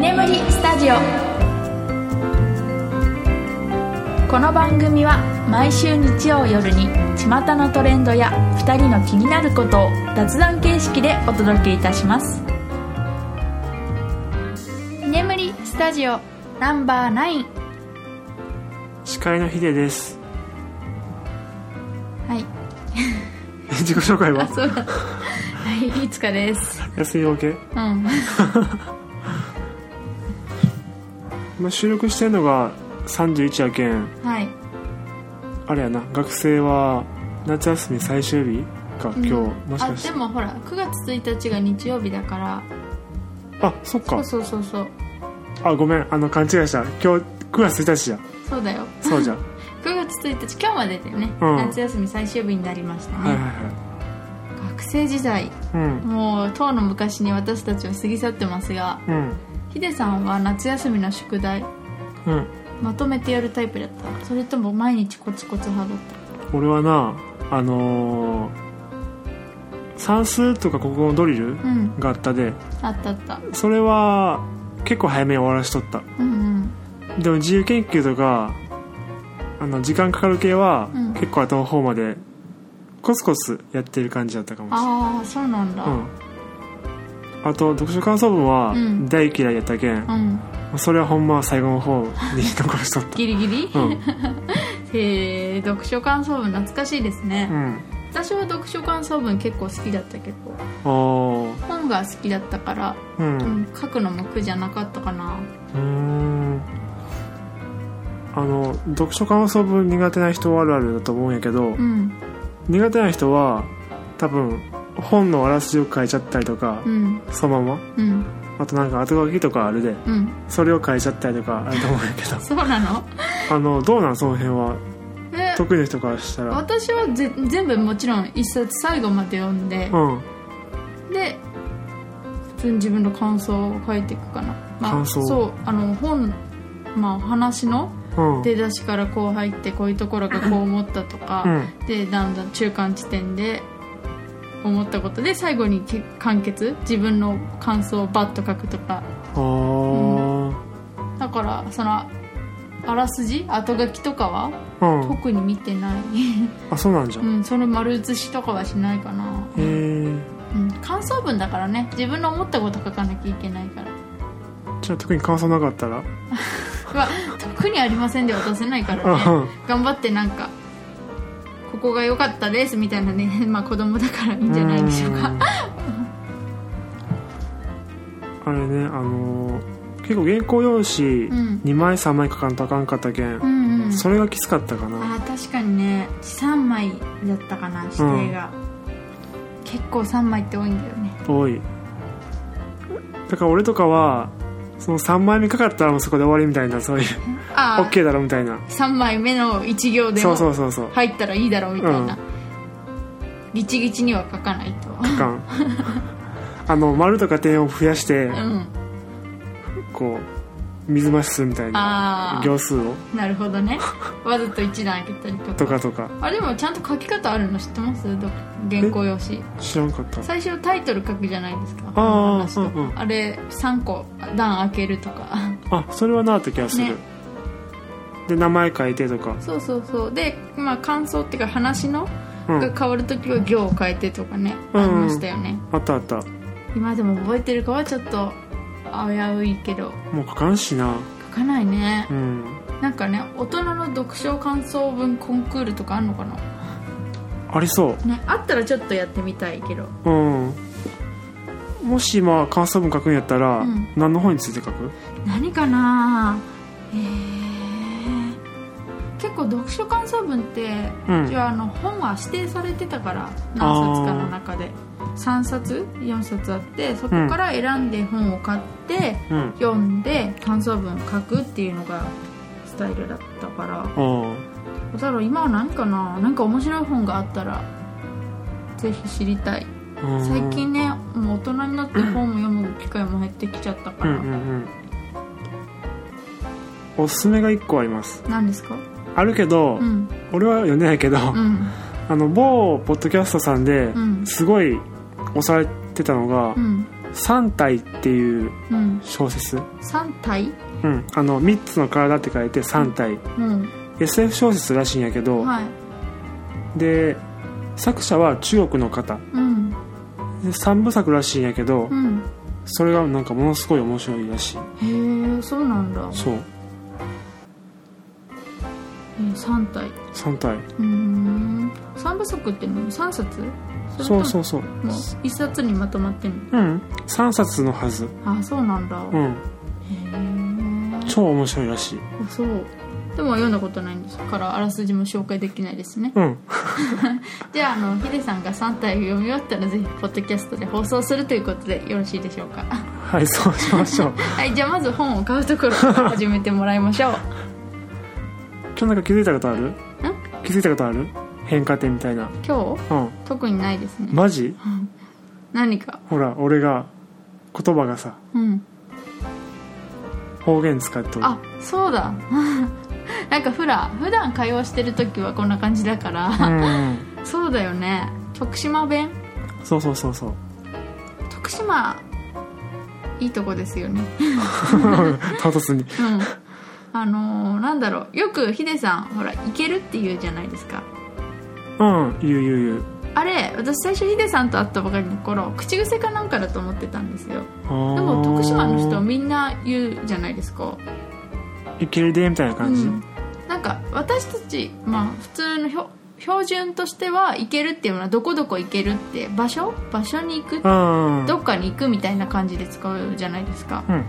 ジオこの番組は毎週日曜夜に巷のトレンドや2人の気になることを雑談形式でお届けいたします居眠りスタジオナンバー9司会のヒデです はいえ自己紹介あ はそうだはいいつかです安いわけ、うんまあ、収録してるのが31やけんはいあれやな学生は夏休み最終日か今日、うんもしかしあてでもほら9月1日が日曜日だからあそっかそうそうそうそうあごめんあの勘違いした今日9月1日や そうだよそうじゃん9月1日今日までだよね、うん夏休み最終日になりましたね、はいはいは学生時代いうんもうとうの昔に私たちは過ぎ去ってますがうんヒデさんは夏休みの宿題うんまとめてやるタイプだったそれとも毎日コツコツ派だっ俺はなあのー算数とか国語のドリルたうんがあったであったあったそれは結構早めに終わらしとったうんでも自由研究とかあの時間かかる系はうん結構後の方までコツコツやってる感じだったかうもんしれああそうなんだない、うん、あと読書感想文はうん大嫌いやったけん、うん、それはほんま最後の方に残 しとっギリギリ、たうんへえ読書感想文懐かしいですね、うん私は読書感想文結構好きだったけどおー本が好きだったから、うんう、うん書くのも苦じゃなかったかなーんあの読書感想文苦手な人あるあるだと思うんやけど、うん苦手な人は多分本のあらすじを書いちゃったりとかう、んそのままうんあとなんか後書きとかあるでうんそれを変えちゃったりと かあると思うんやけどそうなのあのどうなんその辺はえ得意な人からしたら私はぜ全部もちろん一冊最後まで読んでう、んで普通に自分の感想を書いていくかな、まあ、感想そうあの本まあ話のうん出だしからこう入ってこういうところがこう思ったとうか、んでだんだん中間地点で思ったことで最後にけ完結自分の感想をバッと書くとかあーだからそのあらすじ後書きとかはうん、特に見てないあそうなんじゃ、うんそれ丸写しとかはしないかなへえうん、感想文だからね自分の思ったこと書かなきゃいけないからじゃあ特に感想なかったら、うわ特にありませんでは出せないからうねん頑張ってなんかここが良かったですみたいなね まあ子供だからいいんじゃないでしょうかんあれねあのー結構原稿用紙うん2枚3枚書かんとあかんかったけん、うんうんそれがきつかったかなあー確かにね3枚だったかな指定が、結構3枚って多いんだよね多いだから俺とかはその3枚目かかったらもうそこで終わりみたいなそういうああ、 OK だろみたいな3枚目の1行でそもうそうそうそう入ったらいいだろうみたいな、うんギチギチには書かないとあかんあの丸とか点を増やしてうんこう水増しするみたいあなー行数をなるほど ねわざと一段開けたりとかとかとかあでもちゃんと書き方あるの知ってますど原稿用紙知らんかった最初タイトル書くじゃないですかあー本の話とか、うんうんあれ3個段開けるとか あそれはなあった気がする、ねで名前書いてとか、そうそうそうで、まあ、感想っていうか話のうん、が変わる時は行を変えてとかね、うんありましたよねあったあった今でも覚えてるかはちょっと危ういけどもう書かんしな書かないねうんなんかね大人の読書感想文コンクールとかあんのかなありそねあったらちょっとやってみたいけどううんもしまあ感想文書くんやったら、うん何の本について書く何かなえー、結構読書感想文って、うんうちはあの本は指定されてたから何冊かの中で3冊4冊あってそこから選んで本を買って、うん読んで感想文書くっていうのがスタイルだったからあだから今は何かな何か面白い本があったらぜひ知りたいあ、うん、最近ねもう大人になって本を読む機会も減ってきちゃったかうんら、うんうんおすすめが1個あります何ですかあるけど、うん俺は読んでないけど、うんあの某ポッドキャストさんでうんすごい押されてたのが、うん三体っていううん小説、 3体うん、あの3つの体って書いて三体うん SF 小説らしいんやけど、はいで作者は中国の方うんで三部作らしいんやけど、うんそれがなんかものすごい面白いらしいへえそうなんだ、そうえー、3体三体うーん3部作って何3冊そうそううそうもう1冊にまとまってんのうん3冊のはずあそうなんだ、うへんえ超面白いらしいそうでも読んだことないんですからあらすじも紹介できないですねうんじゃああのヒデさんが3体を読み終わったらぜひポッドキャストで放送するということでよろしいでしょうかはいそうしましょう はいじゃあまず本を買うところから始めてもらいましょう今日なんか気づいたことある気づいたことある変化点みたいな今日うん特にないですね、マジ何かほら俺が言葉がさうん方言使ってるあそうだ なんか普段普段会話してる時はこんな感じだかうら、んそうだよね徳島弁そうそうそうそう徳島いいとこですよね唐突にうんあのーなんだろうよくヒデさんほら「いける」って言うじゃないですかうん言う言う言うあれ私最初ヒデさんと会ったばかりの頃口癖かなんかだと思ってたんですよででも徳島の人みんな言うじゃないですかいけるでみたいな感じ、うん、なんか私たち、まあ、普通のひょ標準としては行けるっていうのはどこどこ行けるって場所場所に行くうんどっかに行くみたいな感じで使うじゃないですかうん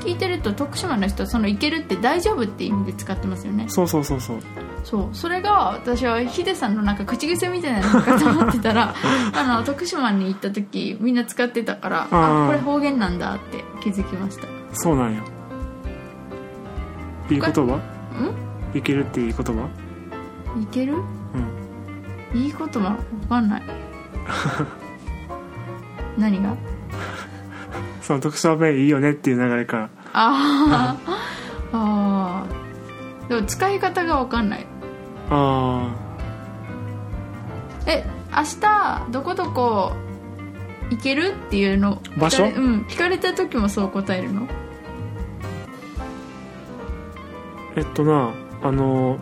聞いてると徳島の人その行けるって大丈夫って意味で使ってますよねそうそうそうそうそうそれが私はヒデさんのなんか口癖みたいなのかと思ってた らあの徳島に行った時みんな使ってたからうあんこれ方言なんだって気づきましたそうなんよいい言葉んいけるっていい言葉行けるうんいいことは分かん ない何がその徳島弁いいよねっていう流れからあー あーでも使い方が分かんないあえ明日どこどこ行けるっていうの場所聞かれうん聞かれた時もそう答えるのあえっとなあの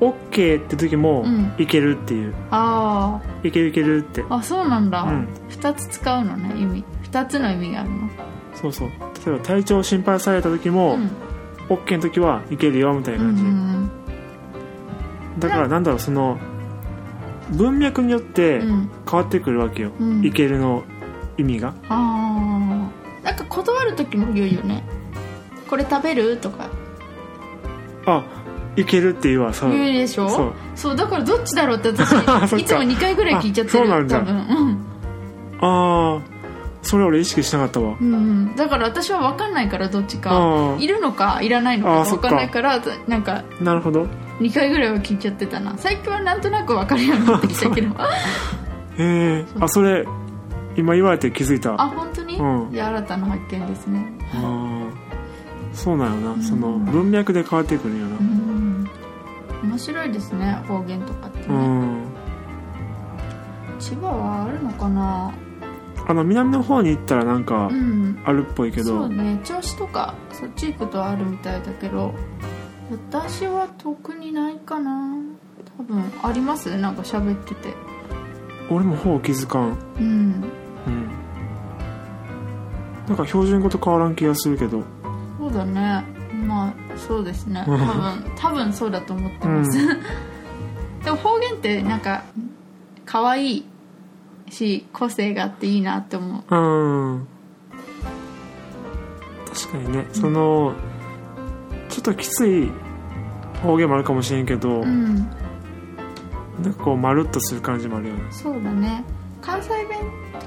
オッケーって時もうんいけるっていう、あいけるいけるってああそうなんだ、うん二2つ使うのね意味2つの意味があるのそうそう例えば体調を心配された時も、うんオッケーの時はいけるよみたいなうん感じ、うんだからなんだろうその文脈によってうん変わってくるわけよ、うんいけるの意味がああなんか断る時も言うよねこれ食べるとかあいけるって言うわそう言うでしょそうそうだからどっちだろうって っか私いつも2回ぐらい聞いちゃってるあそうなんだ多分ああそれ俺意識しなかったわうん、うんうん、だから私は分かんないからどっちかあいるのかいらないのあかーそ分っかかんないからなんかあなるほど2回ぐらいは聞いちゃってたな最近はなんとなく分かるようになってきたけど へえあそれ今言われて気づいたあ本当に、うんいや新たな発見ですねあーそうなんよな、んその文脈で変わってくるよなうん面白いですね方言とかってね、うん千葉はあるのかなあの南の方に行ったらなんかうんあるっぽいけど、そうね調子とかそっち行くとあるみたいだけど私は特にないかな多分ありますなんか喋ってて俺もほぼ気づかんうんうんなんか標準語と変わらん気がするけどそうだねまあそうです ね多うん分多分 そうだと思ってます、うでも方言ってなんか可愛いし個性があっていいなって思ううん確かにねそのちょっときつい方言もあるかもしれんけうど、んなんかこうまるっとする感じもあるよねそうだね関西弁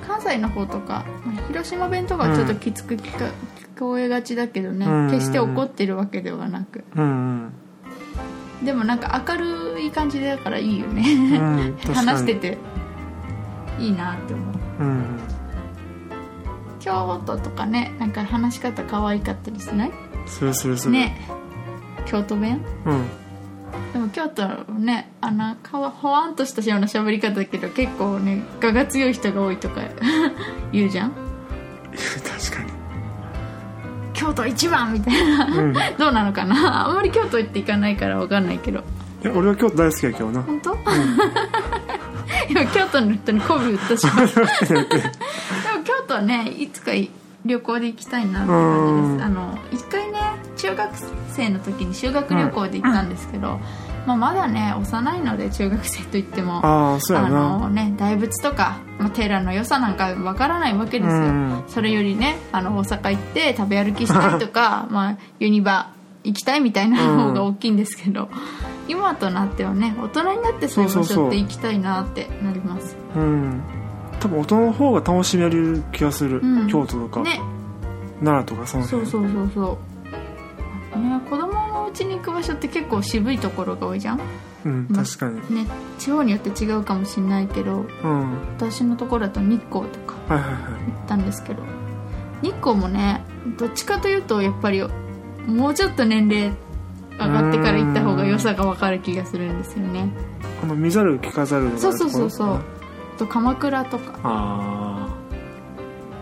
関西の方とかまあ広島弁とかはちょっときつく聞か、聞こえがちだけどね、うん決して怒ってるわけではなくうんでもなんか明るい感じだからいいようん、ね、うん、確かに話してていいなって思ううん京都とかねなんか話し方可愛かったりしないするするするね京都弁うんでも京都ねあのかわほわんとしたような喋り方だけど結構ね我が強い人が多いとか言うじゃん確 京都一番みたいなかに、うん、い どうなのかなあんまり京都行って行かないから分かんないけどや俺は京都大好きやけどな本当、 今京都の人に媚び売ったしまうでも京都はねいつか旅行で行きたいなって感じですあの一回ね中学生の時に修学旅行で行ったんですけど、まあ、まだね幼いので中学生といってもああそうやあのなね大仏とか、まあ、寺の良さなんかわからないわけですよ、うんそれよりねあの大阪行って食べ歩きしたりと かまあユニバ行きたいみたいなうん方が大きいんですけど、今となってはね大人になってそういう場そうそうそ所うって行きたいなってなりますうん多分大人の方が楽しめる気がする、うん京都とか、ね奈良とかそのそう辺そうそうそうね子供のうちに行く場所って結構渋いところが多いじゃんうん確かにね地方によって違うかもしれないけどうん私のところだと日光とかはいはいは行ったんですけど日光もねどっちかというとやっぱりもうちょっと年齢上がってから行った方が良さが分かる気がするんですよねいあの見ざる聞かざるのそがあうそうるとこそろうそうあと鎌倉とかああ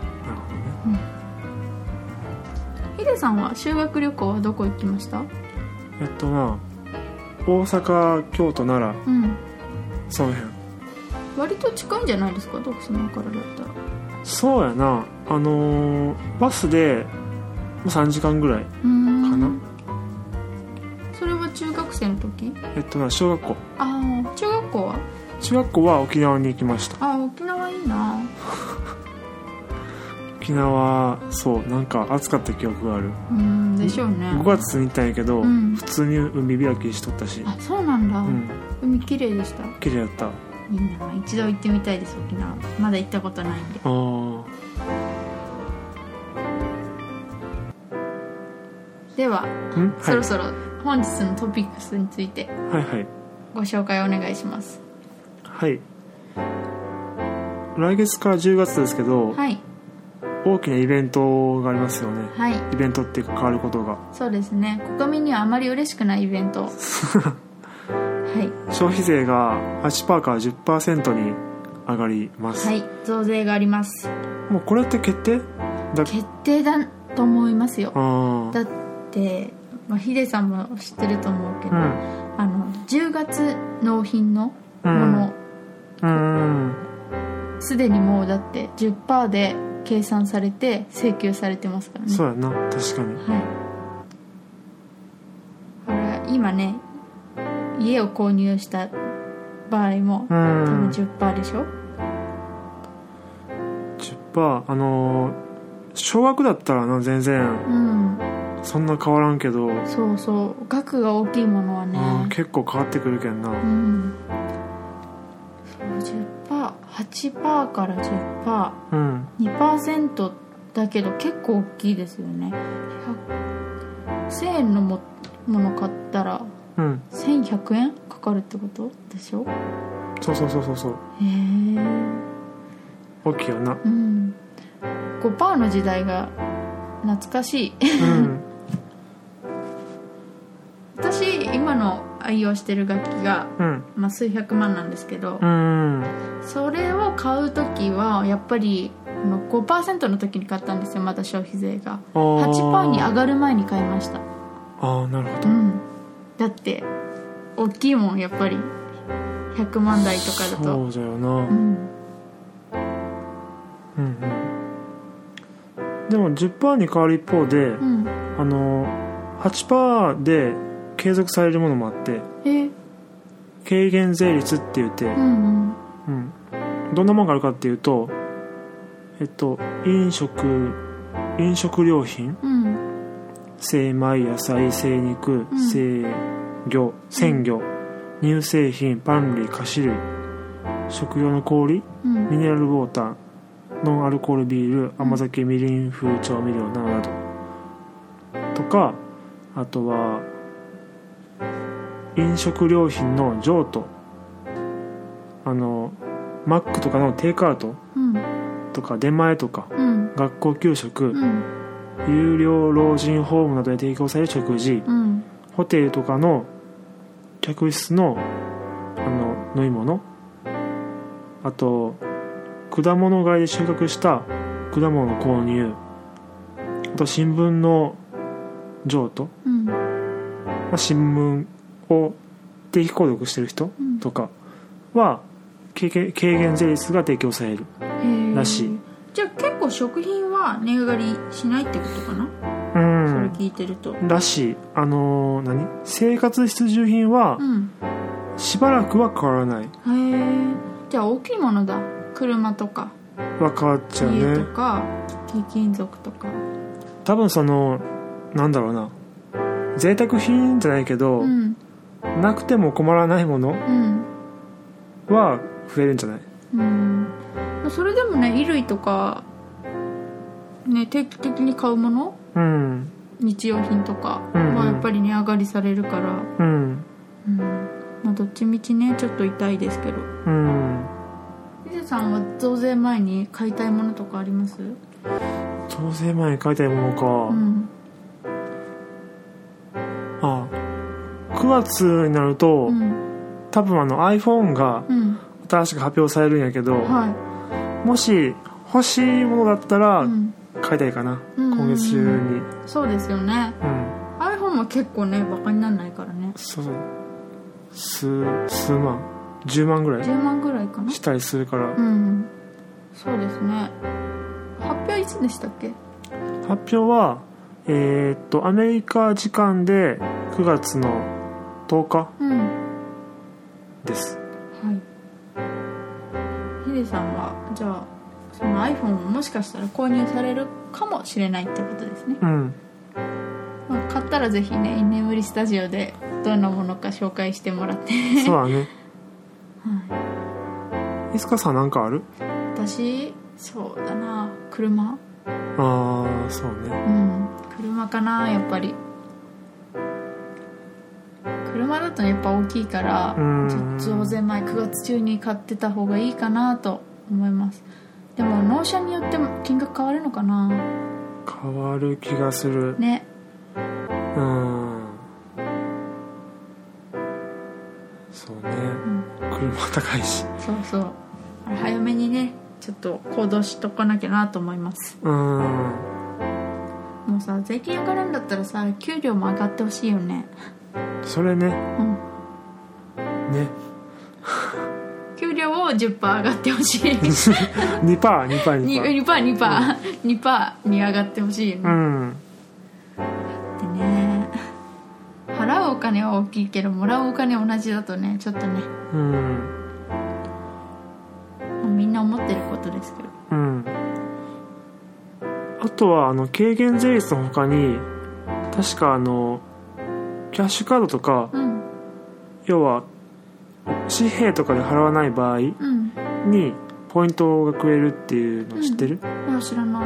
なるほどねヒデさんは修学旅行はどこ行きましたえっとな大阪京都奈良うんその辺割と近いんじゃないですか徳島からだったらそうやなあのーバスでまあ3時間ぐらいうーんかなそれは中学生の時えっとな小学校ああ中学校は中学校は沖縄に行きましたああ沖縄いいな沖縄そうなんか暑かった記憶があるうんでしょうね5月に行ったんやけど、うん普通に海開きしとったしあそうなんだ、うん海綺麗でした綺麗やったあいいな一度行ってみたいです沖縄まだ行ったことないんでーでは、んそはいろそろ本日のトピックスについてはいはいご紹介お願いしますはい来月から10月ですけど、はい大きなイベントがありますよねはいイベントっていうか変わることがそうですね国民にはあまり嬉しくないイベン トはい消費税が8%から10%に上がります、はい増税がありますもうこれって決定だ決定だと思いますよあだって、まあ、ヒデさんも知ってると思うけど、ああの10月納品のうもんのうんうんすでにもうだって10%で計算されて請求されてますからねそうやな確かにはいこれは今ね家を購入した場合も多う分ん10%でしょ10%あのー小学だったらな全然うんそんな変わらんけど、そうそう額が大きいものはうん、ね結構変わってくるけんな、うんそう 10%8% からうん、 10%2% だけど結構大きいですよね1000円のももの買ったらうん、 1100円かかるってことでしょへそうそうそうそうそうえ大きいよなうん、5%の時代が懐かしい うん私今の愛用してる楽器が、うんまあ、数百万なんですけど、うんそれを買う時はやっぱりあの5%の時に買ったんですよまだ消費税があー8%に上がる前に買いましたああなるほうどんだって大きいもんやっぱり100万台とかだとそうだよな、うんうんうん、でも10%に変わる一方で、うんあの8%で継続されるものもあってえ軽減税率って言ってう、んうんどんなものがあるかっていうとえっと飲食飲食料品うんうん精米野菜精肉うん精魚鮮魚、乳製品パン類菓子類食用の氷うんミネラルウォーターノンアルコールビール甘酒みりん風調味料などなどとかあとは飲食料品の譲渡あのマックとかのテイクアウトうんとか出前とかうん学校給食、うん有料老人ホームなどで提供される食事うんホテルとかの客室のあの飲み物あと果物狩りで収穫した果物の購入あと新聞の譲渡、うんまあ、新聞を定期購読してる人うんとかは軽減軽減税率が提供されるへえらしいじゃあ結構食品は値上がりしないってことかな、うそれん聞いてるとらしいあのー何生活必需品はうんしばらくは変わらないへえじゃあ大きいものだ車とかは変わっちゃう家ねとか貴金属とか多分そのなんだろうな贅沢品じゃないけど、うんなくても困らないものうんは増えるんじゃないうんそれでもね衣類とかね定期的に買うものうん日用品とかうんうんはやっぱり値上がりされるからうんうん、まあどっちみちねちょっと痛いですけどうん伊勢さんは増税前に買いたいものとかあります増税前に買いたいものか、うんあ9月になると、うん多分あの iPhone がうん新しく発表されるんやけど、はもし欲しいものだったらい、うん、買いたいかな、うん今月中にううん、そうですよね iPhone も結構ねバカにならないからねそうそう数数万10万ぐらい10万ぐらいかなしたりするからう、んそうですね発表いつでしたっけ発表はえーっとアメリカ時間で9月の10日うんはですいヒデさんはじゃあその iPhone をもしかしたら購入されるかもしれないってことですね、うんまあ、買ったらぜひね居眠りスタジオでどんなものか紹介してもらって、そうだねはい、いつかさんなんかある私そうだな車ああそうねうん車かなやっぱり車だとやっぱ大きいからうんちょっと増税前9月中に買ってた方がいいかなと思いますでも納車によっても金額変わるのかな変わる気がするねうんそうね、車高いしそうそうあれ早めにねちょっと行動しとかなきゃなと思いますうんもうさ税金上がるんだったらさ給料も上がってほしいよねそれうねんね 給料を10%上がってほし い2パー2パー2パー 2%2%2% に上がってほしいよね、うっんてね払うお金は大きいけどもらうお金同じだとねちょっとねうんもうみんな思ってることですけどうんあとはあの軽減税率の他に確かあのキャッシュカードとかうん要は紙幣とかで払わない場合うんにポイントがくれるっていうの知ってる、いや知らない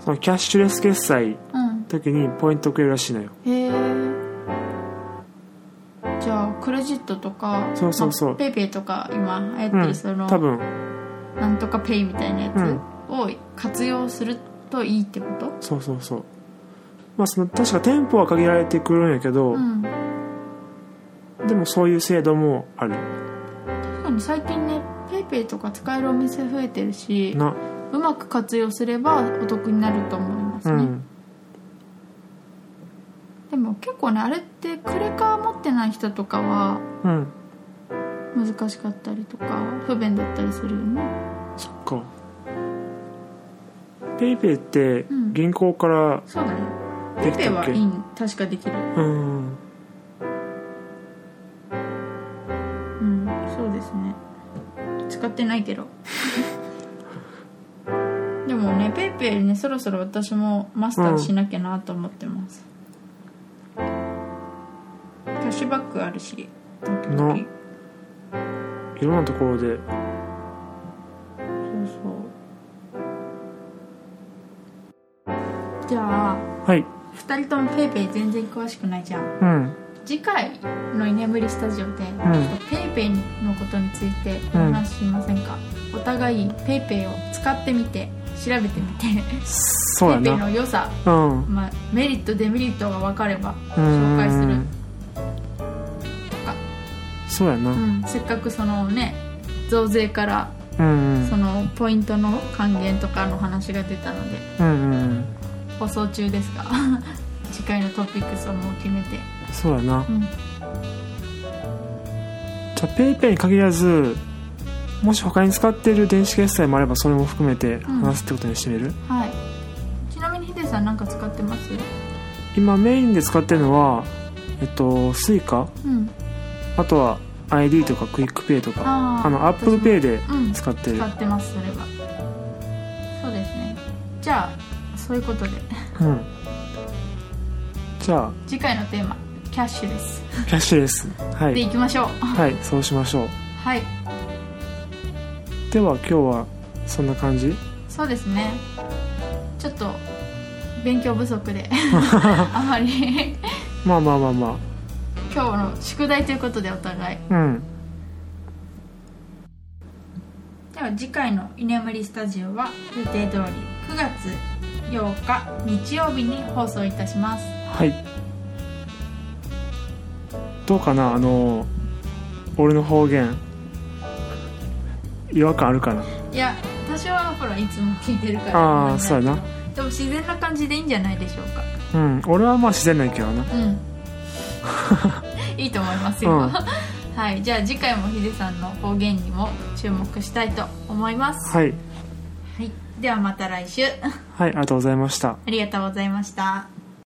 そのキャッシュレス決済のうん時にポイントくれるらしいのよへえじゃあクレジットとかそうそうそうまあペイペイとか今流行うってんるその、多分なんとかペイみたいなやうんつを活用するといいってことそうそうそうまあその確か店舗は限られてくるんやけど、うんでもそういう制度もある確かに最近ねペイペイとか使えるお店増えてるしなうまく活用すればお得になると思いますうね、んでも結構ねあれってクレカ持ってない人とかはうん難しかったりとか不便だったりするよねそっかペイペイってうん銀行からそうだねペでイきペイたっはけいいん確かできるうんうんそうですね使ってないけ どでもねペイペイねそろそろ私もマスターしなきゃなと思ってます、キャッシュバックあるし時々ないいろんなところでそうそうじゃあはい2人ともペイペイ全然詳しくないじゃんうん次回の「居眠りスタジオで」ちょっとペイペイのことについてお話ししませんか、お互いペイペイを使ってみて調べてみてそうやペイペイなの良さ、うんまあ、メリットデメリットが分かればう紹介するんとか、そうやなうん、せっかくそのね増税からうんうんそのポイントの還元とかの話が出たのでうんうん放送中ですが 次回のトピックスをもう決めてそうだなうんじゃあペイペイに限らずもし他に使ってる電子決済もあればそれも含めて話すってことにしてみる、はいちなみにヒデさん何か使ってます今メインで使ってるのはえっとスイカうんあとは ID とかクイックペイとかあーあの ApplePay でうん使ってる使ってますそれはそうですねじゃあそういうことでうんじゃあ 次回のテーマキャッシュレスキャッシュレスはでいいきましょうはいそうしましょうはいでは今日はそんな感じそうですねちょっと勉強不足 であまりまあまあまあま今日の宿題ということでお互いあうんでは次回の「居眠りスタジオ」は予定通り9月8日日曜日に放送いたしますはいどうかなあの俺の方言違和感あるかないや私はほらいつも聞いてるからあ問題ないーけどそうやでも自然な感じでいいんじゃないでしょうかうん俺はまあ自然なんやけどなうん いいと思いますよ、うんはいじゃあ次回もヒデさんの方言にも注目したいと思います、はいはい、ではまた来週あはいありがとうございましたりがとうございました